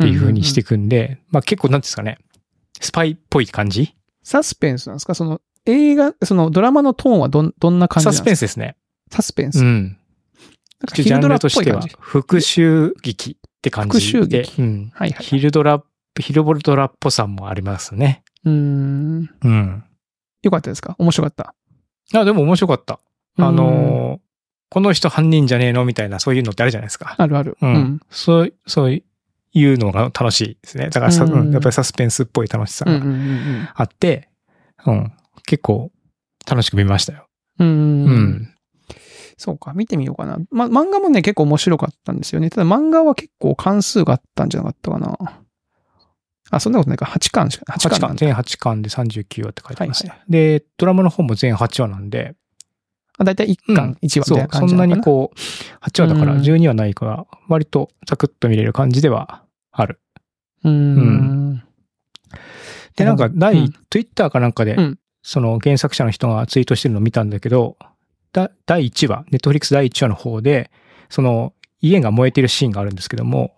ていうふうにしていくんで、まあ、結構、なんていうんですかね、スパイっぽい感じサスペンスなんですかその映画、そのドラマのトーンはどんどんな感じなサスんですかペンスですね。サスペンス。うなんん。かジ昼ャドンラっルとぽいして感はじ。、復讐劇って感じで。復讐劇うん。はいはい。昼ドラ、昼ボルドラっぽさもありますね。うーん。うん。よかったですか面白かった。あ、でも面白かった。あうん、のーこの人犯人じゃねえのみたいな、そういうのってあるじゃないですか。あるある。う。うんん。そう、そういうのが楽しいですね。だからさ、うんうんやっぱりサスペンスっぽい楽しさうんうがんうんあって、うん。結構楽しく見ましたよ。うん。ううん。ん。そうか、見てみようかな。ま、漫画もね、結構面白かったんですよね。ただ漫画は結構関数があったんじゃなかったかな。あ、そんなことないか。8巻しか、8 8巻なん巻、だ全8巻で39話って書いてますね。はで、ドラマの方も全8話なんで、あ、だいたい1巻、1話みそたいなう、感そじんなのかにこう、8話だからうん12話ないから、割とサクッと見れる感じではある。うーん。で、なんか、第、うん Twitter かなんかで、うんその原作者の人がツイートしてるのを見たんだけど、だ第1話、ネットフリックス第1話の方で、その、家が燃えてるシーンがあるんですけども、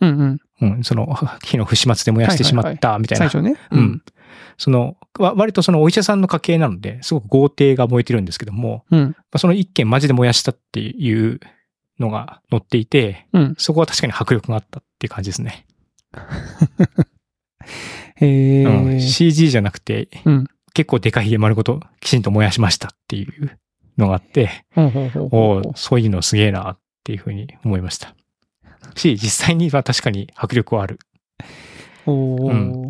うんうん。うん、その、 <laughs> 火の不始末で燃やしてしまった、みたいな。最初ね。うん。。その、わ割とそのお医者さんの家系なので、すごく豪邸が燃えてるんですけども、うん。まあその一件マジで燃やしたっていうのが載っていて、うん。そこは確かに迫力があったっていう感じですね。へえ、うん、CG じゃなくて、うん結構でかい家丸ごときちんと燃やしましたっていうのがあって、ほうほうほうおほうおそういうのすげえなっていうふうに思いました。し、実際には確かに迫力はある。おーうん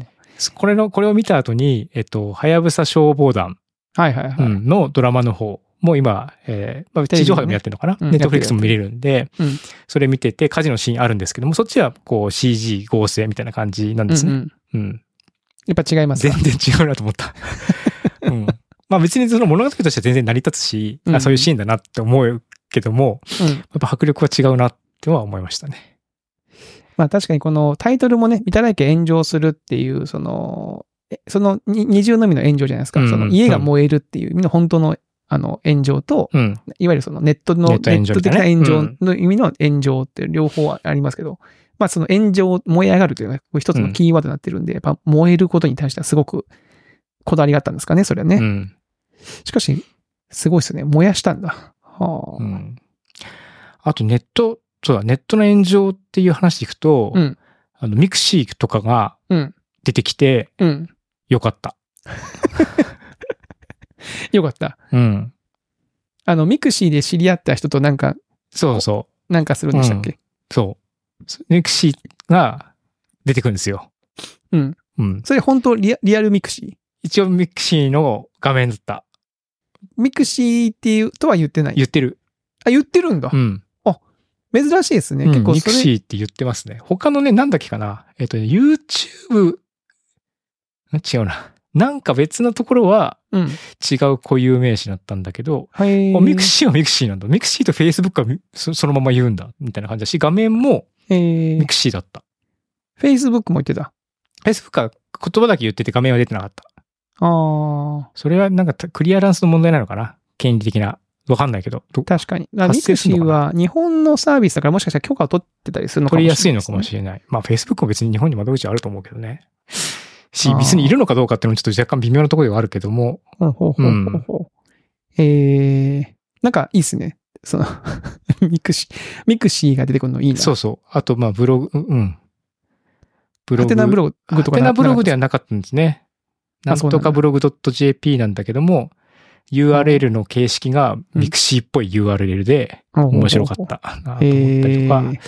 これの、これを見た後に、えっと、はやぶさ消防団はいはいはい。うんのドラマの方も今、えーまあ、テレ地ビのね上波でもやってるのかな、うんネットフリックスも見れるんで、てるやってるそれ見てて火事のシーンあるんですけども、そっちはこう CG 合成みたいな感じなんですうね。んうんうんやっぱ違います全か然違うなと思 <laughs> った。うん、まあ別にその物語としては全然成り立つし、うんあそういうシーンだなって思うけども、うんやっぱ迫力は違うなっては思いましたね。まあ確かにこのタイトルもね、いただけ炎上するっていう、その、えそのに二重の意味の炎上じゃないですか。うんその家が燃えるっていう意味の本当のあの炎上と、うん。いわゆるそのネットネの、ネット炎ッ上トみた的いななね炎上の意味の炎上って両方ありますけど、まあその炎上、燃え上がるというのが一つのキーワードになってるんで、やっぱ燃えることに対してはすごくこだわりがあったんですかね、それはね。うん。しかし、すごいですね。燃やしたんだ。はうあ。ん。あとネット、そうだ、ネットの炎上っていう話でいくと、うんあのミクシーとかがうん出てきてうん。よかった。よかった。うん。あの、ミクシーで知り合った人となんか、そうそなんかするんでしたっけ、う。そう。ミクシーが出てくるんですよ。うん。うん。それ本当リアリアルミクシ一応ミクシーの画面だった。ー。ミクシーっていうとは言ってない。言ってる。あ、言ってるんだう。ん。珍しいですね。うん結構ミそクれ。シーって言ってますね。他のね、なんだっけかな。えっとね、YouTube、ん違うな。なんか別のところはうん。違う固有名詞だったんだけど、はい。あミクシーはミクシーなんだ。ミクシーと Facebook はみそそのまま言うんだ。みたいな感じだし、画面もえミークシーだった。 Facebook も言ってた。 Facebook は言葉だけ言ってて画面は出てなかった。ああ、それはなんかたクリアランスの問題なのかな権利的な。わかんないけど。ど確かに。あ発ミ生クすシるーのかなは日本のサービスだからもしかしたら許可を取ってたりするのかも取しりれやない、すいのかもれしれない。まあ Facebook も別に日本に窓口あると思うけどね。しあ、ー別にいるのかどうかっていうのもちょっと若干微妙なところではあるけども。ない。ほうほうほうほうほう。えー、なんかいいっすね。その、 <laughs> ミクシー、ミクシーが出てくるのいいな。そうそう。あとまあブログ、うんうん。ブハテナブログとかハテナブログでははなかったんですね。なあんそうなんだとかブログ .jp なんだけども、URL の形式がミクシーっぽい URL で面白かったなと思ったりとかへ、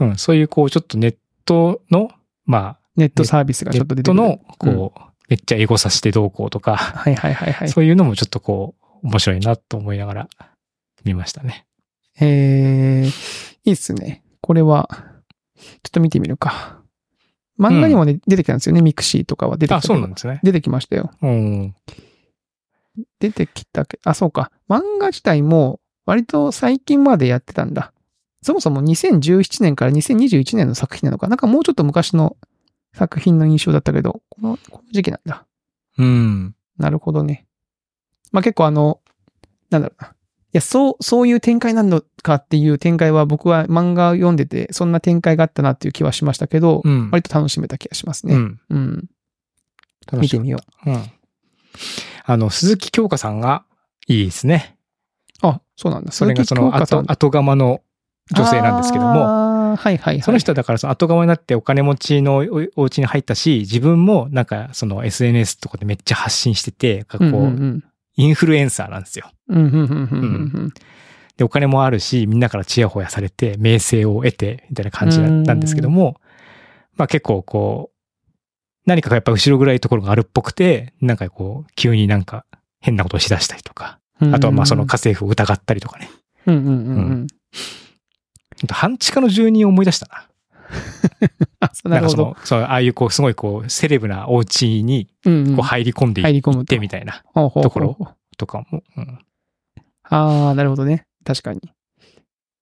うん、そういうこうちょっとネットの、まあ、ネットサービスがちネょっと出ッてトくる。の、こう、めっちゃエゴさしてどうこうとか、はいはいはいはい。そういうのもちょっとこう、面白いなと思いながら見ましたね。えー、いいっすね。これは、ちょっと見てみるか。漫画にもね、出てきたんですよね。ミクシーとかは出てきたあ、けど。そうなんですね。出てきましたよ。うん。出てきたけあ、そうか。漫画自体も、割と最近までやってたんだ。そもそも2017年から2021年の作品なのか。なんかもうちょっと昔の作品の印象だったけど、この、この時期なんだ。うん。なるほどね。まあ、結構あの、なんだろうな。いや、そう、そういう展開なのかっていう展開は僕は漫画を読んでて、そんな展開があったなっていう気はしましたけど、うん。割と楽しめた気がしますうね。ん。うん。楽見しいてみよう。うん。あの、鈴木京香さんがいいですね。あ、そうなんだ。それがそ鈴木の京香さ後ん、後釜の女性なんですけども、あーはいはいはい。その人はだからその後釜になってお金持ちのおお家に入ったし、自分もなんかその SNS とかでめっちゃ発信してて、こう、うんうんインフルエンサーなんですよ。うん。うんうんうんうんうんで、お金もあるし、みんなからちやほやされて、名声を得て、みたいな感じなうんなんですけども、まあ結構こう、何かがやっぱ後ろ暗いところがあるっぽくて、なんかこう、急になんか変なことをしだしたりとか、あとはまあその家政婦を疑ったりとかね。うんうんうんうん。ほんと半地下の住人を思い出したな。あ、そうななかんるほそどの。、そのああいうこう、すごいこう、セレブなお家にうんうんこう入り込んで入いり込っむてみたいな、ほうほうほうところとかも。うんああ、なるほどね。確かに。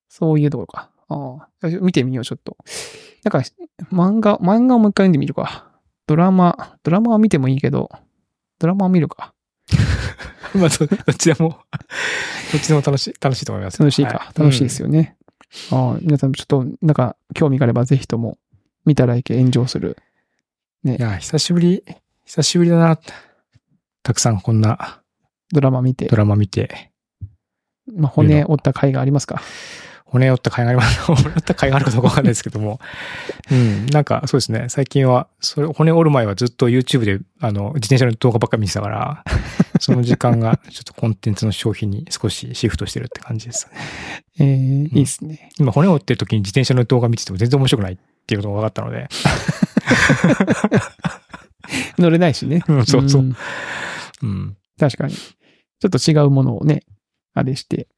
そういうところか。ああ。見てみよう、ちょっと。なんか、漫画、漫画をもう一回読んでみるか。ドラマ、ドラマは見てもいいけど、ドラマを見るか。まあ、 <laughs> どどっちでも、どっちでも楽しい、楽しいと思います。楽しいか。は楽しいですよね。ああ、皆さん、ちょっと、なんか、興味があれば、ぜひとも、見たらいけ炎上する。うんいや、久しぶり、久しぶりだな。たくさんこんなドラマ見てド、ラマ見て、まあ、骨折った回がありますか。骨折った甲斐があります。 <laughs> 骨折った甲斐があるかどうかわかんないですけども。うん。なんか、そうですね。最近は、それ、骨折る前はずっと YouTube で、あの、自転車の動画ばっかり見てた <laughs> から、その時間が、ちょっとコンテンツの消費に少しシフトしてるって感じです。ええいいですね。今骨折ってる時に自転車の動画見てても全然面白くないっていうことが分かったので、乗れないしね。うん <laughs> そうそうんうん。確かに。ちょっと違うものをね、あれして。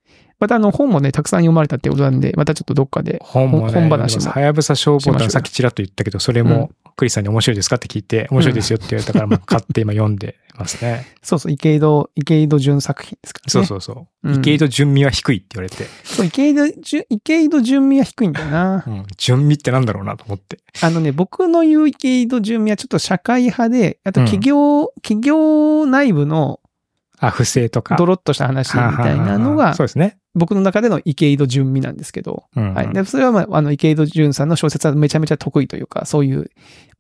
またあの本もね、たくさん読まれたってことなんで、またちょっとどっかで。本もね、本話もはやぶさ消防しましょ団うさっきちらっと言ったけど、それもクリスさんに面白いですかって聞いて、面白いですよって言われたから、まあ買って今読んでますね。そうそう、池井戸、池井戸潤作品ですからね。そうそうそう。うん池井戸準味は低いって言われて、そう。池井戸潤、池井戸純味は低いんだよなう。ん、準味ってなんだろうなと思って。あのね、僕の言う池井戸純味はちょっと社会派で、あと企業、企業内部のあ、不正とか。ドロッとした話みたいなはははのがそ、うですね。僕の中での池井戸純味なんですけど。うん。はい。で、それは、まあ、あの、池井戸潤さんの小説はめちゃめちゃ得意というか、そういう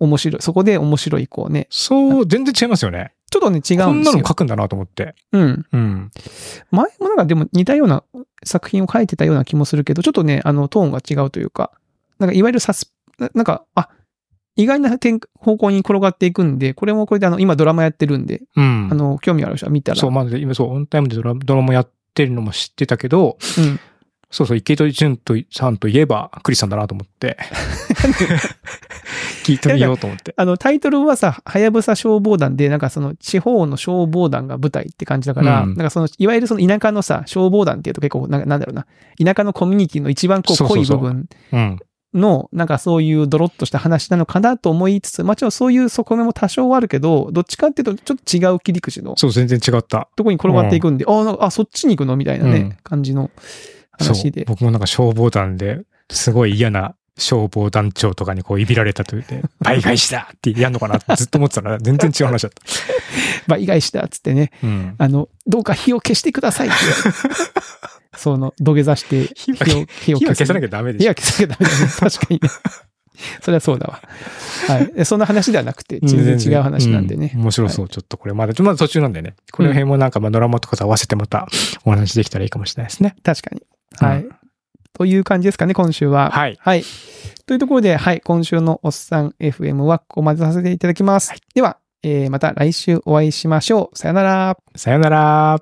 面白い、そこで面白い、こうね、そう、全然違いますよね。ちょっとね、違うんですよ。こんなの書くんだなと思って。うん。うん。前もなんかでも似たような作品を書いてたような気もするけど、ちょっとね、あの、トーンが違うというか、なんかいわゆるサス、ななんか、あ、意外な点方向に転がっていくんで、これもこれであの、今ドラマやってるんで、うん。あの、興味ある人は見たら。そう、まず今そう、オンタイムでドラドラマやってるのも知ってたけど、うんそうそう、池戸潤とさんといえば、クリスさんだなと思 <laughs> って、聞いてみようと思って。あの、タイトルはさ、はやぶさ消防団で、なんかその地方の消防団が舞台って感じだから、うんなんかその、いわゆるその田舎のさ、消防団っていうと結構、なんかなんだろうな、田舎のコミュニティの一番こそううそ濃ういそう部分うん。の、なんかそういうドロッとした話なのかなと思いつつ、まあ、ちろんそういう側面も多少はあるけど、どっちかっていうと、ちょっと違う切り口のそう、全然違った。とこに転がっていくんで、あなんかあ、そっちに行くのみたいなうね、ん感じのそう話で。僕もなんか消防団で、すごい嫌な消防団長とかにこう、いびられたと言 <laughs> って、倍返しだってやんのかなってずっと思ってたら、全然違う話だった。倍返しだっつってね、うん。あの、どうか火を消してくださいって。 <laughs> その、土下座して火を、は消火火は消さなきゃゃダメで火しょは。消さなきゃダメだね。 <laughs> 確かにね。それはそうだわ。はいえ。そんな話ではなくて、全然違う話なんでね。う面白そう、ちょっとこれ。まだ、まだ途中なんでね。この辺もなんか、まあドラマとかと合わせてまたお話できたらいいかもしれないですね。確かに。はい。という感じですかね、今週は。はいはい。というところで、はい、今週のおっさん FM はここまでさせていただきます。では、えーまた来週お会いしましょう。さよなら。さよなら。